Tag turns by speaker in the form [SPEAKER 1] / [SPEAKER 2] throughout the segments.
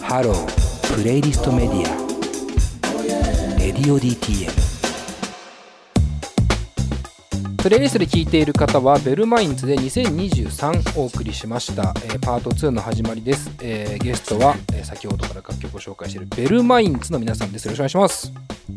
[SPEAKER 1] ハロープレイリストメディア「レディオ DTM」プレイリストで聴いている方はベルマインズで2023お送りしました、えーパート2の始まりです、えーゲストは、えー先ほどから楽曲を紹介しているベルマインズの皆さんですよろしくお願いします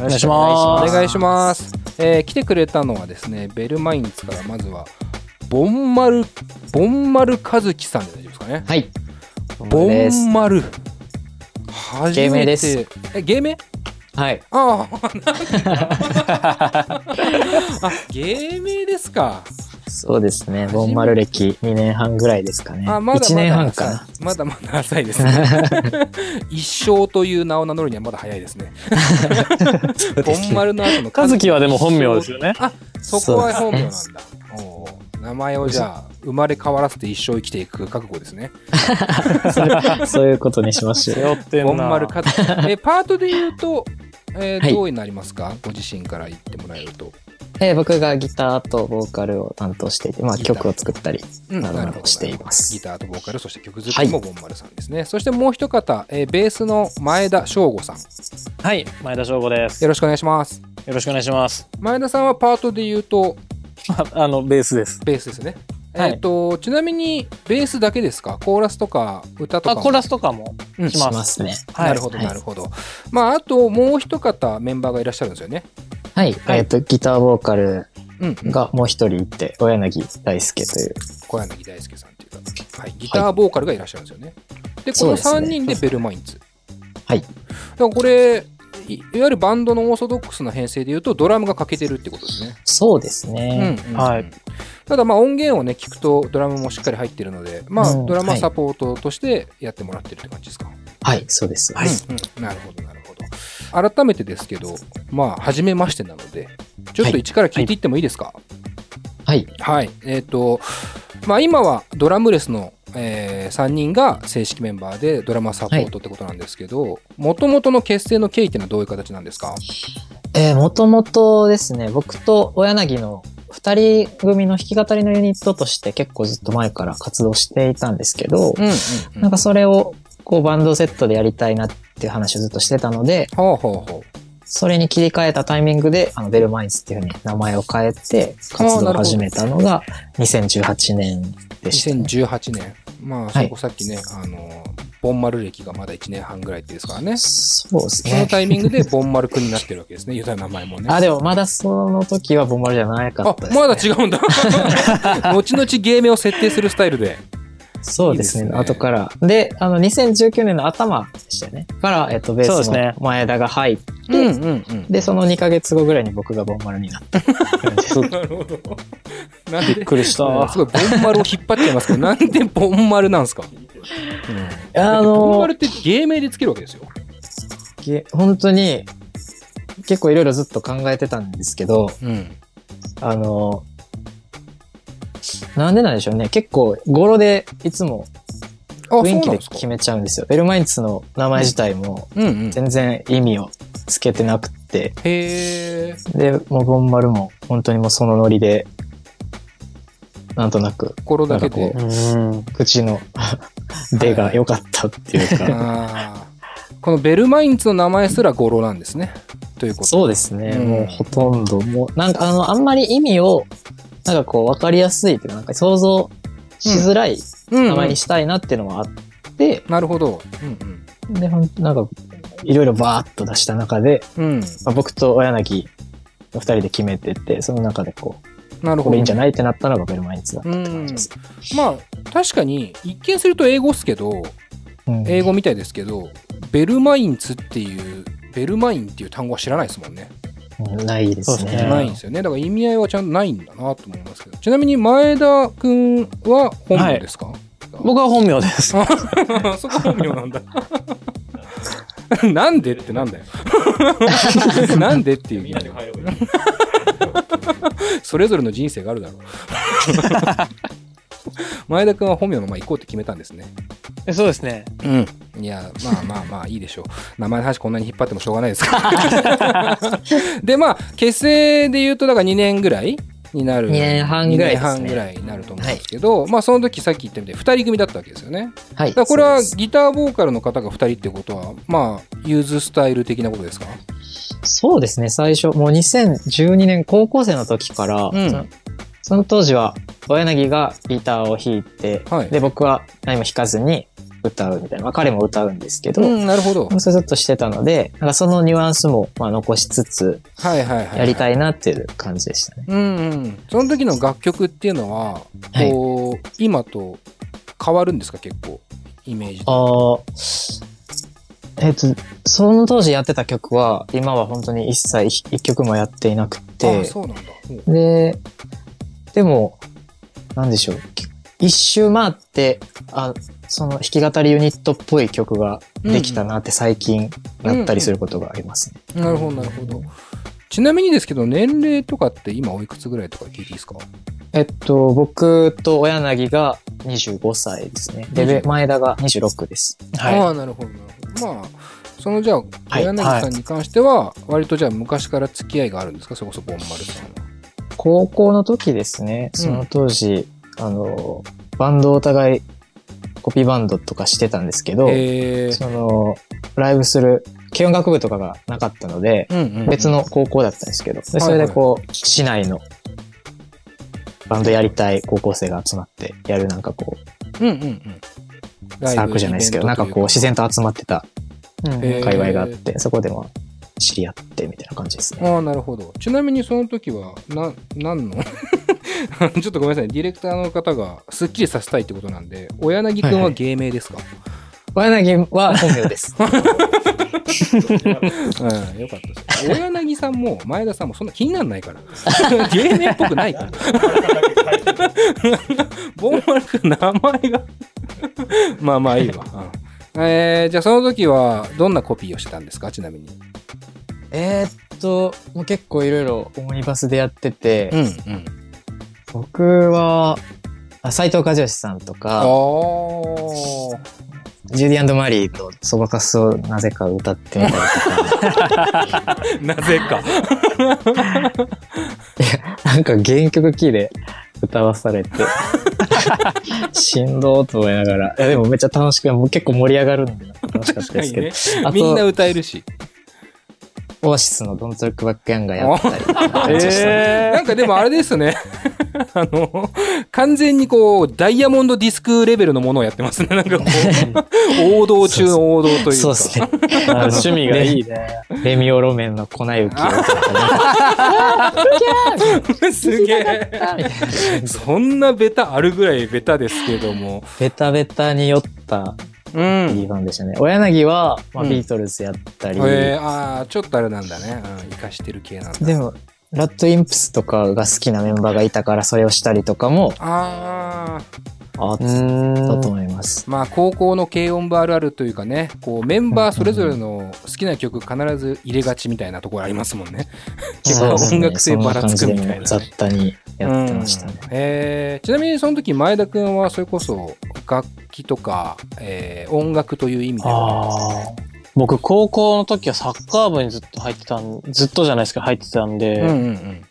[SPEAKER 2] お願いしま
[SPEAKER 1] お
[SPEAKER 2] す。
[SPEAKER 1] 願いします、えー来てくれたのはですねベルマインズからまずはボンマルボンマル和樹さんで大丈夫ですかね
[SPEAKER 2] はい。
[SPEAKER 1] ボ
[SPEAKER 2] です
[SPEAKER 1] ンマル初めて
[SPEAKER 2] 芸名です
[SPEAKER 1] え芸名
[SPEAKER 2] はい。
[SPEAKER 1] あ ああ芸名ですか
[SPEAKER 2] そうですね。ボンマル歴2年半ぐらいですかね。
[SPEAKER 1] あまだまだ
[SPEAKER 2] 1年半かな。
[SPEAKER 1] まだまだ浅いですね 一生という名を名乗るにはまだ早いですねボンマルの後の
[SPEAKER 3] 和樹はでも本名ですよね。
[SPEAKER 1] あそこは本名なんだ
[SPEAKER 2] そ
[SPEAKER 1] おー名前をじゃあ生まれ変わらせて一生生きていく覚悟ですね
[SPEAKER 2] そう いうことにしましょ
[SPEAKER 3] 背
[SPEAKER 2] う。
[SPEAKER 3] 負ってんな。
[SPEAKER 1] ボンマル 和樹えパートで言うと、えー
[SPEAKER 2] はい
[SPEAKER 1] どうになりますかご自身から言ってもらえると
[SPEAKER 2] えー僕がギターとボーカルを担当していて、まあ
[SPEAKER 1] ギター
[SPEAKER 2] 曲を作ったり
[SPEAKER 1] うん
[SPEAKER 2] などなどしていま
[SPEAKER 1] ギ
[SPEAKER 2] す。
[SPEAKER 1] ターとボーカル、そして曲作りもボンマルさんですね。そしてもう一方、えーベースの前田翔吾さん。よ
[SPEAKER 3] はい、前田翔吾です。よ
[SPEAKER 1] ろしくお願いします。
[SPEAKER 3] ろしくお願いします。
[SPEAKER 1] 前田さんはパートで言うと、
[SPEAKER 3] あ あの、ベースです。
[SPEAKER 1] ベースですね。
[SPEAKER 3] はい
[SPEAKER 1] えっ、と、ちなみに、ベースだけですかコーラスとか歌とか
[SPEAKER 3] あ、
[SPEAKER 1] も。
[SPEAKER 3] コーラスとかも
[SPEAKER 1] うん
[SPEAKER 3] し
[SPEAKER 2] し
[SPEAKER 3] ま
[SPEAKER 2] ます
[SPEAKER 3] す。
[SPEAKER 2] ね。
[SPEAKER 3] はい
[SPEAKER 1] なるほど、
[SPEAKER 2] はい
[SPEAKER 1] なるほど。まあ、あと、もう一方、メンバーがいらっしゃるんですよね。
[SPEAKER 2] はい。
[SPEAKER 3] い
[SPEAKER 2] えっと、ギターボーカル
[SPEAKER 1] うん、うん。
[SPEAKER 2] がもう一人いて、小柳大輔という。
[SPEAKER 1] 小柳大輔さんっていうか、はい、ギターボーカルがいらっしゃるんですよね。で、こ
[SPEAKER 2] そう
[SPEAKER 1] の
[SPEAKER 2] ですね
[SPEAKER 1] 3人でベルマインツ。
[SPEAKER 2] はい
[SPEAKER 1] だからこれ、いいわゆるバンドのオーソドックスな編成でいうと、ドラムが欠けてるってことですね。
[SPEAKER 2] そうですね。
[SPEAKER 1] うんうん
[SPEAKER 3] はい
[SPEAKER 1] ただまあ音源をね聞くとドラムもしっかり入ってるのでまあ
[SPEAKER 2] うん
[SPEAKER 1] ドラマ
[SPEAKER 2] はい
[SPEAKER 1] サポートとしてやってもらってるって感じですか、
[SPEAKER 2] はい、そうです。
[SPEAKER 3] はい
[SPEAKER 1] うんうんなるほどなるほど改めてですけどまあ初めましてなのでちょっと一から聞いていってもいいですか
[SPEAKER 2] はい。
[SPEAKER 1] はい、えっ、とまあ今はドラムレスの、え3人が正式メンバーでドラマサポートってことなんですけどもともとの結成の経緯っていうのはどういう形なんですか
[SPEAKER 2] えー、もともとですね、僕と小柳の二人組の弾き語りのユニットとして結構ずっと前から活動していたんですけど、
[SPEAKER 1] うんうんう
[SPEAKER 2] なん
[SPEAKER 1] は
[SPEAKER 2] かそれをこうバンドセットでやりたいなっていう話をずっとしてたので、
[SPEAKER 1] あはあは
[SPEAKER 2] それに切り替えたタイミングで、あの、ベルマインズっていうふうに名前を変えて活動を始めたのが2018年でしたね、
[SPEAKER 1] 2018年まあ
[SPEAKER 2] は
[SPEAKER 1] そ
[SPEAKER 2] い
[SPEAKER 1] こさっきね、あのボンマル歴がまだ1年半ぐらいってですからねそ
[SPEAKER 2] そうです
[SPEAKER 1] の
[SPEAKER 2] ね。
[SPEAKER 1] タイミングでボンマル君になってるわけですねユダの名前もね
[SPEAKER 2] あ、でもまだその時はボンマルじゃなか
[SPEAKER 1] あ
[SPEAKER 2] ったです、ね。
[SPEAKER 1] まだ違 うんだ後々芸名を設定するスタイルで
[SPEAKER 2] そうですね。
[SPEAKER 1] いいですね
[SPEAKER 2] 後から。で、あの、2019年の頭でしたよね。から、えっと、ベ
[SPEAKER 3] そう
[SPEAKER 2] ー
[SPEAKER 3] で
[SPEAKER 2] ス
[SPEAKER 3] すね
[SPEAKER 2] の前田が入って、
[SPEAKER 1] うんうんうん
[SPEAKER 2] で、その2ヶ月後ぐらいに僕がボンマルになった感じです。
[SPEAKER 1] なるほどなんで
[SPEAKER 3] びっくりし
[SPEAKER 1] うん
[SPEAKER 3] た
[SPEAKER 1] す。ごいボンマルを引っ張っちゃい ますけどなんでボンマルなんですか、うん
[SPEAKER 2] あ
[SPEAKER 1] ボンマ
[SPEAKER 2] の
[SPEAKER 1] ルって芸名でつけるわけですよ
[SPEAKER 2] げ本当に、結構いろいろずっと考えてたんですけど、
[SPEAKER 1] うん
[SPEAKER 2] あのなんでなんでしょうね。結構、語呂でいつも
[SPEAKER 1] あそう
[SPEAKER 2] 雰囲気
[SPEAKER 1] なん
[SPEAKER 2] で
[SPEAKER 1] ですか
[SPEAKER 2] 決めちゃうんですよ。ベルマインツの名前自体も
[SPEAKER 1] うんうんへ
[SPEAKER 2] 全然意味をつけてなくって、
[SPEAKER 1] え
[SPEAKER 2] で、もうボンマルも本当にもうそのノリで、なんとなく
[SPEAKER 1] 心だけ
[SPEAKER 2] なん
[SPEAKER 1] で
[SPEAKER 2] か
[SPEAKER 3] うん。
[SPEAKER 2] 口 の出が良かったっていうか、
[SPEAKER 1] あーこのベルマインツの名前すら語呂なんですね。ということ。
[SPEAKER 2] そうですね、
[SPEAKER 1] うん
[SPEAKER 2] もうほとんど、もうなんかあの、あんまり意味を、なんかこう分かりやすいというか、なんか想像しづらい
[SPEAKER 1] うん
[SPEAKER 2] 名前にしたいなっていうのもあって、
[SPEAKER 1] なるほど。うん
[SPEAKER 2] で、ほんなんか、いろいろバーッと出した中で、
[SPEAKER 1] うん。うん。
[SPEAKER 2] まあ、僕と小柳、お二人で決めてって、その中でこう、
[SPEAKER 1] なるほ
[SPEAKER 2] こ
[SPEAKER 1] ど。
[SPEAKER 2] れいいんじゃないってなったのがベルマインツだったって感じです。
[SPEAKER 1] まあ確かに一見すると英語っすけど
[SPEAKER 2] うん
[SPEAKER 1] 英語みたいですけどベルマインツっていうベルマインっていう単語は知らないですもんね。
[SPEAKER 2] うんないで
[SPEAKER 3] そ
[SPEAKER 2] す
[SPEAKER 3] うで
[SPEAKER 2] ね。
[SPEAKER 3] すね
[SPEAKER 1] ないんですよね。だから意味合いはちゃんとないんだなと思いますけど。ちなみに前田くんは本名ですか、
[SPEAKER 3] 僕は本名です。
[SPEAKER 1] あ そこ本名なんだ。なんでってなんだよ。 なんでっていう疑問それぞれの人生があるだろう。 前田君は本名のまま行こうって決めたんですね。
[SPEAKER 3] えそうですね。
[SPEAKER 1] うん。いや、まあまあまあいいでしょう。名前の話こんなに引っ張ってもしょうがないですから。で、まあ、結成で言うと、だから2年ぐらいになる
[SPEAKER 2] 二年半ぐらいで
[SPEAKER 1] 二
[SPEAKER 2] すね
[SPEAKER 1] 年半ぐらいになると思うんですけど、まあその時さっき言ったみたいに2人組だったわけですよね
[SPEAKER 2] はい。
[SPEAKER 1] だからこれは
[SPEAKER 2] そうで
[SPEAKER 1] ギターボーカルの方が2人ってことはまあユーズスタイル的なことですか
[SPEAKER 2] すそうですね、最初、もう2012年高校生の時から、
[SPEAKER 1] うん
[SPEAKER 2] そのその当時は、小柳がギターを弾いて、
[SPEAKER 1] はい
[SPEAKER 2] で、僕は何も弾かずに歌うみたいな。まあ、彼も歌うんですけど、
[SPEAKER 1] うんなるほど
[SPEAKER 2] それずっとしてたので、なんかそのニュアンスもまあ残しつつ、
[SPEAKER 1] はいはいはい
[SPEAKER 2] やりた
[SPEAKER 1] い
[SPEAKER 2] いなっていう感じでしたね。
[SPEAKER 1] うんうんその時の楽曲っていうのは
[SPEAKER 2] はい
[SPEAKER 1] こう、今と変わるんですか結構イメージ
[SPEAKER 2] あーえっ、と、その当時やってた曲は、今は本当に一切一曲もやっていなく
[SPEAKER 1] あ
[SPEAKER 2] て、
[SPEAKER 1] そうなんだほう
[SPEAKER 2] で、でも、なんでしょう。き一周回って、あ、その弾き語りユニットっぽい曲ができたなって最近なったりすることがありますね。
[SPEAKER 1] なるほどなるほどちなみにですけど年齢とかって今おいくつぐらいとか聞いていいですか
[SPEAKER 2] えっと、僕と親柳が25歳ですね。で、で前田が26です。
[SPEAKER 1] あ
[SPEAKER 3] は
[SPEAKER 1] あなるほどなるほどまあそのじゃあ小
[SPEAKER 2] はい
[SPEAKER 1] 柳さんに関しては割とじゃあ昔から付き合いがあるんですかそれこそボンマルさんは。
[SPEAKER 2] 高校の時ですね、その当時、あの、バンドお互いコピーバンドとかしてたんですけど、
[SPEAKER 1] えー
[SPEAKER 2] その、ライブする、軽音楽部とかがなかったので、
[SPEAKER 1] うんうんうん
[SPEAKER 2] 別の高校だったんですけど、で
[SPEAKER 1] はい
[SPEAKER 2] それでこう、市内のバンドやりたい高校生が集まってやるなんかこ
[SPEAKER 1] うんうんうん
[SPEAKER 2] う、サークルじゃないですけど、なんかこう、自然と集まってた
[SPEAKER 3] い。うん
[SPEAKER 1] えー
[SPEAKER 2] 界隈があって、そこでも知り合ってみたいな感じですね。
[SPEAKER 1] ああなるほどちなみにその時はな何の ちょっとごめんなさいディレクターの方がすっきりさせたいってことなんで小柳君
[SPEAKER 2] はいは
[SPEAKER 1] はい芸名ですか、
[SPEAKER 2] ワナギは本名です。
[SPEAKER 1] うん、よかったです。大柳さんも前田さんもそんな気にならないから。 芸名っぽくないから。 ボンマル君、名前が。 まあまあいいわ。うんえーじゃあその時はどんなコピーをしてたんですかちなみに。
[SPEAKER 2] えーっと、もう結構いろいろオムニバスでやってて、
[SPEAKER 1] んうん。
[SPEAKER 2] 僕は、斎藤和義さんと
[SPEAKER 1] あ
[SPEAKER 2] か、
[SPEAKER 1] ー
[SPEAKER 2] ジュディマリーとそばかすをなぜか歌ってみたりとか、
[SPEAKER 1] なぜか。
[SPEAKER 2] なんか原曲キーで歌わ されて、しんどーと思いながら、いやでもめっちゃ楽しく、もう結構盛り上がるんで、楽しかっ
[SPEAKER 1] 確
[SPEAKER 2] た
[SPEAKER 1] か
[SPEAKER 2] です
[SPEAKER 1] に
[SPEAKER 2] けど、
[SPEAKER 1] ね。
[SPEAKER 2] あ
[SPEAKER 1] みんな
[SPEAKER 2] と、
[SPEAKER 1] 歌えるし。
[SPEAKER 2] オアシスのドントルックバックヤンがやったりとか、
[SPEAKER 3] えー
[SPEAKER 1] なんかでもあれですね。 あの、完全にこう、ダイヤモンドディスクレベルのものをやってますね。なんかこう、王道中の王道というか。
[SPEAKER 2] そうですね。
[SPEAKER 3] あの趣味がいい
[SPEAKER 2] いね。レミオロメンの粉雪を歌ったりとか
[SPEAKER 1] すげえ。
[SPEAKER 2] みたいな
[SPEAKER 1] そんなベタあるぐらいベタですけども。
[SPEAKER 2] ベタベタに酔った
[SPEAKER 1] う
[SPEAKER 2] いい
[SPEAKER 1] ん。
[SPEAKER 2] バンドでしたね。小柳は、まあ、
[SPEAKER 1] うん
[SPEAKER 2] ビートルズやったり、
[SPEAKER 1] えー、ああ、ちょっとあれなんだね。うん、生かしてる系なんだ。
[SPEAKER 2] でも、ラッドインプスとかが好きなメンバーがいたからそれをしたりとかも
[SPEAKER 1] ああ、
[SPEAKER 2] あっ
[SPEAKER 3] う
[SPEAKER 2] たと
[SPEAKER 3] ーん。
[SPEAKER 2] 思います。
[SPEAKER 1] まあ高校の軽音部あるあるというかね、こうメンバーそれぞれの好きな曲必ず入れがちみたいなところありますもんね。 結構
[SPEAKER 2] そうですね
[SPEAKER 1] 音楽性ばらつくみたいなね
[SPEAKER 2] そん感じで雑多にやってましたね
[SPEAKER 1] うん。えーちなみにその時前田君はそれこそ楽器とか、えー音楽という意味では。
[SPEAKER 3] ああ。僕、高校の時はサッカー部にずっと入ってたん、ずっとじゃないですけど入ってたんで、
[SPEAKER 1] うんうん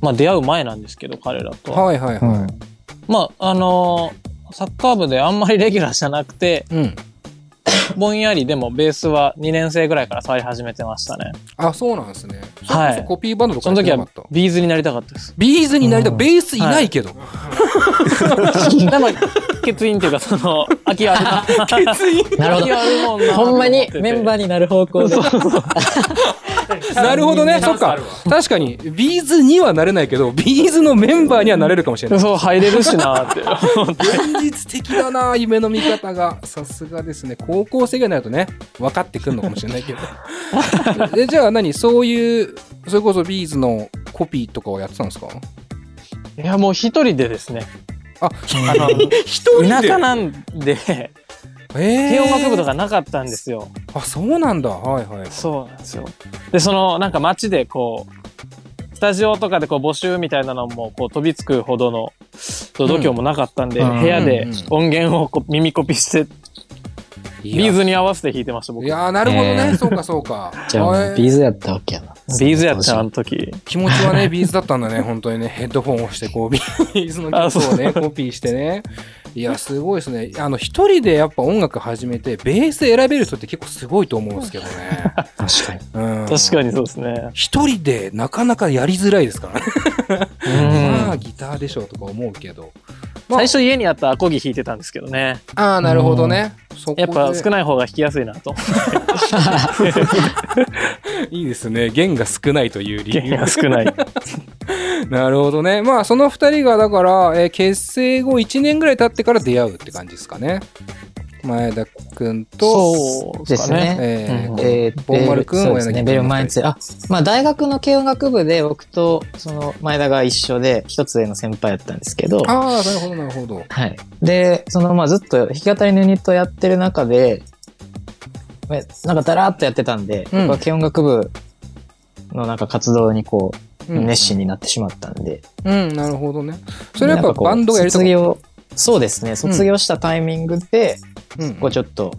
[SPEAKER 3] まあ出会う前なんですけど、彼ら
[SPEAKER 1] う
[SPEAKER 3] と
[SPEAKER 1] ん。
[SPEAKER 3] は。
[SPEAKER 1] はいはいは
[SPEAKER 3] まあ、あのーサッカー部であんまりレギュラーじゃなくて、
[SPEAKER 1] い。うん。
[SPEAKER 3] ぼんやりでもベースは2年生ぐらいから触り始めてましたね。
[SPEAKER 1] あ、そうなんですね。
[SPEAKER 3] はい
[SPEAKER 1] それこそコピーバンドとかや
[SPEAKER 3] その
[SPEAKER 1] って
[SPEAKER 3] 時
[SPEAKER 1] な
[SPEAKER 3] は
[SPEAKER 1] かった。
[SPEAKER 3] ビーズになりたかったです。
[SPEAKER 1] ビーズになりたい。
[SPEAKER 2] うん
[SPEAKER 1] ベースいないけど。
[SPEAKER 3] でも、欠員っていうか、その、空きあるな。
[SPEAKER 1] 欠員
[SPEAKER 2] なるほ
[SPEAKER 3] 空きあるもんな
[SPEAKER 2] ど。ほんまにメンバーになる方向で。
[SPEAKER 1] なるほどね。そっか。確かに、ビーズにはなれないけど、ビーズのメンバーにはなれるかもしれない。
[SPEAKER 3] そう、入れるしなーって。
[SPEAKER 1] 現実的だな夢の見方が。さすがですね。高校生ぐらいになるとね、分かってくるのかもしれないけど。え、じゃあ何そういう、それこそビーズのコピーとかをやってたんですか
[SPEAKER 3] いや、もう一人でですね。
[SPEAKER 1] あ、
[SPEAKER 3] あの、
[SPEAKER 1] 一人で
[SPEAKER 3] 田舎なんで、
[SPEAKER 1] え
[SPEAKER 3] 軽音楽部とかなかったんですよ。
[SPEAKER 1] あ、そうなんだ。はいはい。
[SPEAKER 3] そうなんですよ。で、その、なんか街でこう、スタジオとかでこう募集みたいなのもこう飛びつくほどの度胸もなかったんで、
[SPEAKER 2] うん
[SPEAKER 3] 部屋
[SPEAKER 1] う
[SPEAKER 3] で
[SPEAKER 1] んうん
[SPEAKER 3] 音源をこう耳コピしてビーズに合わせて弾いてました、僕。
[SPEAKER 1] いやーなるほどね、
[SPEAKER 2] えー
[SPEAKER 1] そうかそうか
[SPEAKER 2] じゃあもう
[SPEAKER 1] はい
[SPEAKER 2] ビーズやったわけやな。
[SPEAKER 3] ビーズやったな、あ
[SPEAKER 2] ん。
[SPEAKER 3] の時。
[SPEAKER 1] 気持ちはね、ビーズだったんだね、本当にね。ヘッドフォンをして、こう、ビーズの曲をね、
[SPEAKER 3] あそ
[SPEAKER 1] コピーしてね。いや、すごいですね。あの、一人でやっぱ音楽始めて、ベース選べる人って結構すごいと思うんです けどね。
[SPEAKER 2] 確かに。
[SPEAKER 1] うん、
[SPEAKER 3] 確かにそうですね。
[SPEAKER 1] 一人でなかなかやりづらいですからね。ま
[SPEAKER 3] う
[SPEAKER 1] あ、
[SPEAKER 3] ん
[SPEAKER 1] ギターでしょうとか思うけど。まあ
[SPEAKER 3] 最初家にあったアコギ弾いてたんですけどね。
[SPEAKER 1] ああ、なるほどね。そこで
[SPEAKER 3] やっぱ少ない方が弾きやすいなと。
[SPEAKER 1] いいですね。弦が少ないという理
[SPEAKER 3] 弦
[SPEAKER 1] 由
[SPEAKER 3] が少ない。
[SPEAKER 1] なるほどね。まあ、その二人が、だから、えー結成後1年ぐらい経ってから出会うって感じですかね。前田くんと、
[SPEAKER 3] そう
[SPEAKER 2] で
[SPEAKER 3] です
[SPEAKER 2] す
[SPEAKER 3] かね。
[SPEAKER 1] えー
[SPEAKER 3] うん
[SPEAKER 1] こう
[SPEAKER 2] え
[SPEAKER 1] ボンマル君
[SPEAKER 2] そうですね、
[SPEAKER 1] 小柳君
[SPEAKER 2] ベルマインツ。あ、まあ大学の軽音楽部で僕とその前田が一緒で一つ上の先輩やったんですけど、
[SPEAKER 1] ああ、なるほど、なるほど。
[SPEAKER 2] はい。で、そのまあずっと弾き語りのユニットをやってる中で、えなんかだらーっとやってたんで、
[SPEAKER 1] うん
[SPEAKER 2] 僕は軽音楽部のなんか活動にこう、
[SPEAKER 1] うん
[SPEAKER 2] 熱心になってしまったんで。
[SPEAKER 1] うん、なるほどね。それはや
[SPEAKER 2] な
[SPEAKER 1] っぱ
[SPEAKER 2] んかこう
[SPEAKER 1] バンドがやりたか
[SPEAKER 2] 卒
[SPEAKER 1] っ
[SPEAKER 2] 業、そうですね、卒業したタイミングで、
[SPEAKER 1] た。うん
[SPEAKER 2] こうちょっと、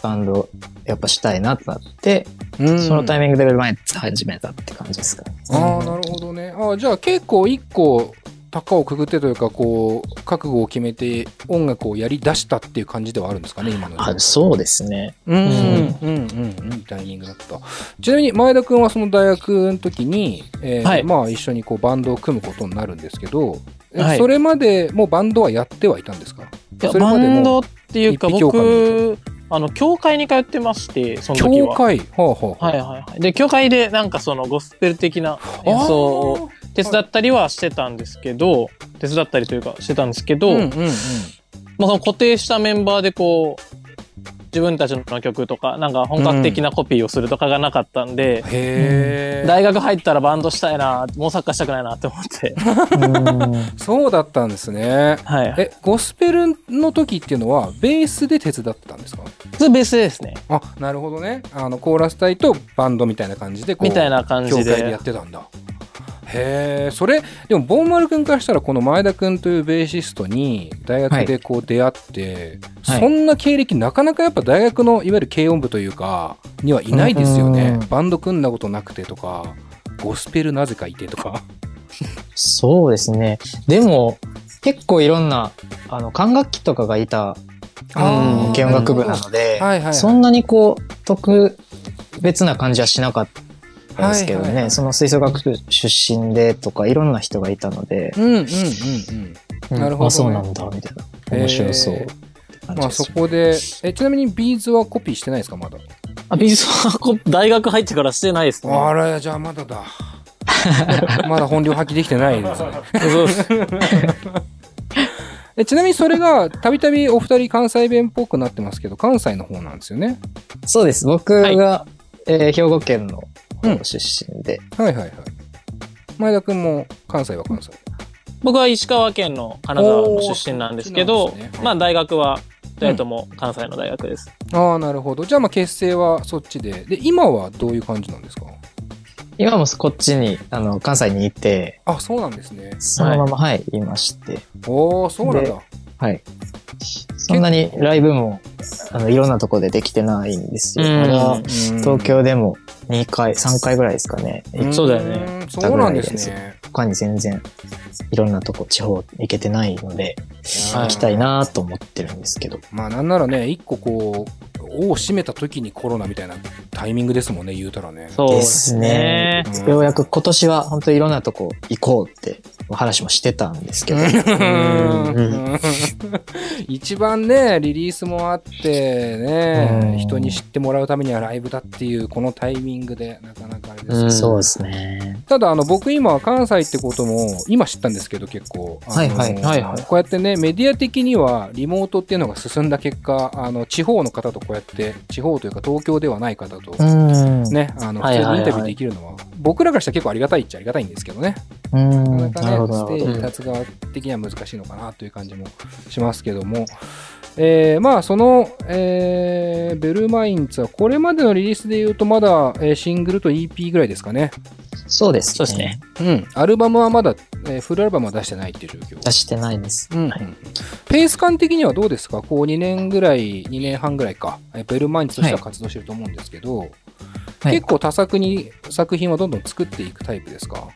[SPEAKER 2] バンド、やっぱしたいなってなって、
[SPEAKER 1] うん
[SPEAKER 2] そのタイミングでベルマインツ始めたって感じですかね。
[SPEAKER 1] ああ、なるほどね。ああ、じゃあ結構一個、高をくぐってというか、こう、覚悟を決めて音楽をやり出したっていう感じではあるんですかね、今の。
[SPEAKER 2] あそうですね。
[SPEAKER 1] うん、うん、うん、いいタイミングだった。ちなみに前田くんはその大学の時に、えー
[SPEAKER 3] はい
[SPEAKER 1] まあ一緒にこうバンドを組むことになるんですけど、え
[SPEAKER 3] はい
[SPEAKER 1] それまでもうバンドはやってはいたんですか
[SPEAKER 3] いや
[SPEAKER 1] それま
[SPEAKER 3] バ
[SPEAKER 1] でも
[SPEAKER 3] ンドっていうか
[SPEAKER 1] 一匹狼
[SPEAKER 3] 僕あの教会に通ってましてその時
[SPEAKER 1] 教
[SPEAKER 3] は。
[SPEAKER 1] 会はあ、はあ、
[SPEAKER 3] はいはいはい、で教会でなんかそのゴスペル的な演奏を手伝ったりはしてたんですけど、手伝ったりというかしてたんですけど、
[SPEAKER 1] うんうんうん。
[SPEAKER 3] まあ、その固定したメンバーでこう自分たちの曲とかなんか本格的なコピーをするとかがなかったんで、
[SPEAKER 1] へえ、
[SPEAKER 3] 大学入ったらバンドしたいなもうサッカーしたくないなって思って、
[SPEAKER 1] そうだったんですね。
[SPEAKER 3] はい、普
[SPEAKER 1] え、ゴスペルの時っていうのは、ベースで手伝ってたんですか
[SPEAKER 3] 通ベースですね
[SPEAKER 1] あ、なるほどね。あの、コーラス隊とバンドみたいな感じで、こう、
[SPEAKER 3] みたいな感じ
[SPEAKER 1] 教
[SPEAKER 3] で
[SPEAKER 1] 会でやってたんだ。へえ、それ、でも、ボンマル君からしたら、この前田君というベーシストに、大学でこう出会って、
[SPEAKER 2] はい
[SPEAKER 1] そんな経歴、なかなかやっぱ大学の、いわゆる軽音部というか、にはいないですよね
[SPEAKER 2] う。ん
[SPEAKER 1] バンド組んだことなくてとか、ゴスペルなぜかいてと か。
[SPEAKER 2] そうですね。でも、結構いろんな、あの、管楽器とかがいた、
[SPEAKER 1] あー
[SPEAKER 2] 軽音楽部なので、
[SPEAKER 1] はいはいはい
[SPEAKER 2] そんなにこう、特別な感じはしなかったんですけどね、
[SPEAKER 1] はいはいはい
[SPEAKER 2] その吹奏楽部出身でとか、いろんな人がいたので、
[SPEAKER 1] うんうんうんうん。なるほどね
[SPEAKER 2] あ、そうなんだ、みたいな。面白そう。
[SPEAKER 1] えー
[SPEAKER 2] って感じ
[SPEAKER 1] まあ
[SPEAKER 2] です
[SPEAKER 1] そこで、え、ちなみにビーズはコピーしてないですか、まだ。
[SPEAKER 3] あビーズはこ大学入ってからしてないですね
[SPEAKER 1] あら、じゃあまだ だ。まだ本領発揮できてないですね。
[SPEAKER 3] そうです
[SPEAKER 1] えちなみにそれが、たびたびお二人関西弁っぽくなってますけど、関西の方なんですよね。
[SPEAKER 2] そうです。僕が、えー兵庫県の
[SPEAKER 1] うん
[SPEAKER 2] 出身で、
[SPEAKER 1] はいはいはい。前田くんも関西は関西。
[SPEAKER 3] 僕は石川県の金沢の出身なんですけど、
[SPEAKER 1] おーそうなんですね
[SPEAKER 3] まあ大学は2人とも関西の大学です。
[SPEAKER 1] ああ、なるほど。じゃあまあ結成はそっちで。で、今はどういう感じなんですか
[SPEAKER 2] 今もこっちに、あの、関西にいて、
[SPEAKER 1] あ、そうなんですね。
[SPEAKER 2] そのまま、はい、いまして、
[SPEAKER 1] おおそうなんだ
[SPEAKER 2] で。はい。そんなにライブも、あの、いろんなとこでできてないんですよ。
[SPEAKER 3] うん
[SPEAKER 2] まだ
[SPEAKER 3] うん
[SPEAKER 2] 東京でも2回、3回ぐらいですかね。
[SPEAKER 1] ん
[SPEAKER 3] そうだよね。
[SPEAKER 1] んそうなんですね。
[SPEAKER 2] 他に全然、いろんなとこ、地方行けてないので、
[SPEAKER 1] うん
[SPEAKER 2] 行きたいなと思ってるんですけど。
[SPEAKER 1] まあなんならね、一個こう、尾を締めた時にコロナみたいなタイミングですもんね、言うたらね。
[SPEAKER 3] そう
[SPEAKER 2] ですね
[SPEAKER 1] うん
[SPEAKER 2] ようやく今年は本当いろんなとこ行こうってお話もしてたんですけど。
[SPEAKER 1] うん 一番ねリリースもあって
[SPEAKER 2] う
[SPEAKER 1] ね
[SPEAKER 2] ん
[SPEAKER 1] 人に知ってもらうためにはライブだっていうこのタイミングでなかなかあれですけど、
[SPEAKER 3] うん
[SPEAKER 2] そうですね。
[SPEAKER 1] ただあの僕今関西ってことも今知ったんですけど結構あの
[SPEAKER 2] はいはいはいはい
[SPEAKER 1] こうやってねメディア的にはリモートっていうのが進んだ結果あの地方の方とこうやって地方というか東京ではない方と。
[SPEAKER 2] うん。
[SPEAKER 1] ね、あの普
[SPEAKER 3] はい
[SPEAKER 1] 通
[SPEAKER 3] はいは
[SPEAKER 1] に
[SPEAKER 3] い
[SPEAKER 1] インタビューできるのは、僕らからしたら結構ありがたいっちゃありがたいんですけどね。
[SPEAKER 2] うん。
[SPEAKER 1] なか
[SPEAKER 2] なる
[SPEAKER 1] な
[SPEAKER 2] ほ
[SPEAKER 1] かね、
[SPEAKER 2] ど、なる
[SPEAKER 1] ステ
[SPEAKER 2] ほ
[SPEAKER 1] ージ
[SPEAKER 2] ど。
[SPEAKER 1] 立つ側的には難しいのかなという感じもしますけども、えーまあ、その、えーベルマインツは、これまでのリリースで言うと、まだ、えーシングルと EP ぐらいですかね。
[SPEAKER 2] そうです、
[SPEAKER 3] そうですね。
[SPEAKER 1] うん、アルバムはまだ、えーフルアルバムは出してないっていう状況
[SPEAKER 2] 出してないです。
[SPEAKER 1] うん
[SPEAKER 2] はい
[SPEAKER 1] ペース感的にはどうですかこう2年ぐらい、2年半ぐらいか、えベルマインツとしては活動してると思うんですけど、
[SPEAKER 2] はい
[SPEAKER 1] 結構多作に作品はどんどん作っていくタイプですか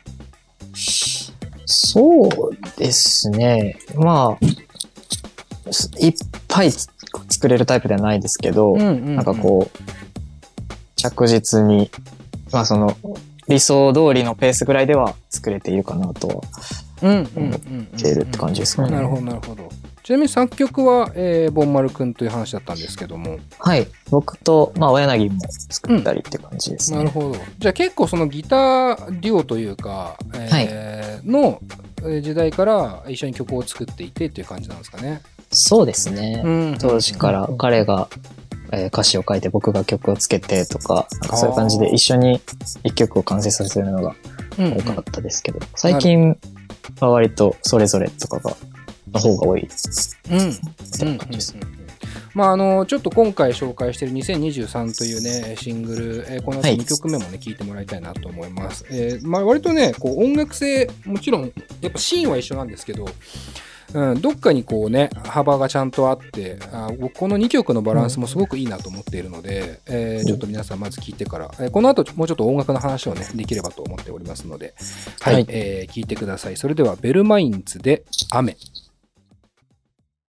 [SPEAKER 2] そうですね。まあ、すいっぱい作れるタイプではないですけど、なんかこう、着実に、まあその、理想通りのペースぐらいでは作れているかなとは
[SPEAKER 1] う、うんうんうんうん、
[SPEAKER 2] しているって感じですかね。
[SPEAKER 1] なるほど、なるほど。ちなみに作曲は、えー、ボンマル君という話だったんですけども、
[SPEAKER 2] はい。僕と、まあ、親柳も作ったりって感じですね。
[SPEAKER 1] なるほど。じゃあ結構そのギターデュオというか、えーのえー時代から一緒に曲を作っていてっていう感じなんですかね。
[SPEAKER 2] そうですね。
[SPEAKER 1] ん
[SPEAKER 2] 当時から
[SPEAKER 3] うん
[SPEAKER 2] 彼が、えー歌詞を書いて僕が曲をつけてとか、なんかそういう感じで一緒に一曲を完成させるのが
[SPEAKER 1] うんうん
[SPEAKER 2] 多かったですけど、最近は割とそれぞれとかが、の方が多いです。
[SPEAKER 1] うんうんうん
[SPEAKER 2] って感じです。
[SPEAKER 1] まあ、あのちょっと今回紹介している2023というねシングル、えーこの後
[SPEAKER 2] はい
[SPEAKER 1] 2曲目もね聞いてもらいたいなと思います、えーまあ、割とねこう音楽性もちろんやっぱシーンは一緒なんですけど、うん、どっかにこうね幅がちゃんとあってあ僕この2曲のバランスもすごくいいなと思っているので、えーちょっと皆さんまず聞いてから、えーこの後もうちょっと音楽の話をねできればと思っておりますのではい、
[SPEAKER 2] はい
[SPEAKER 1] えー聞いてくださいそれでは「ベルマインズ」で「雨」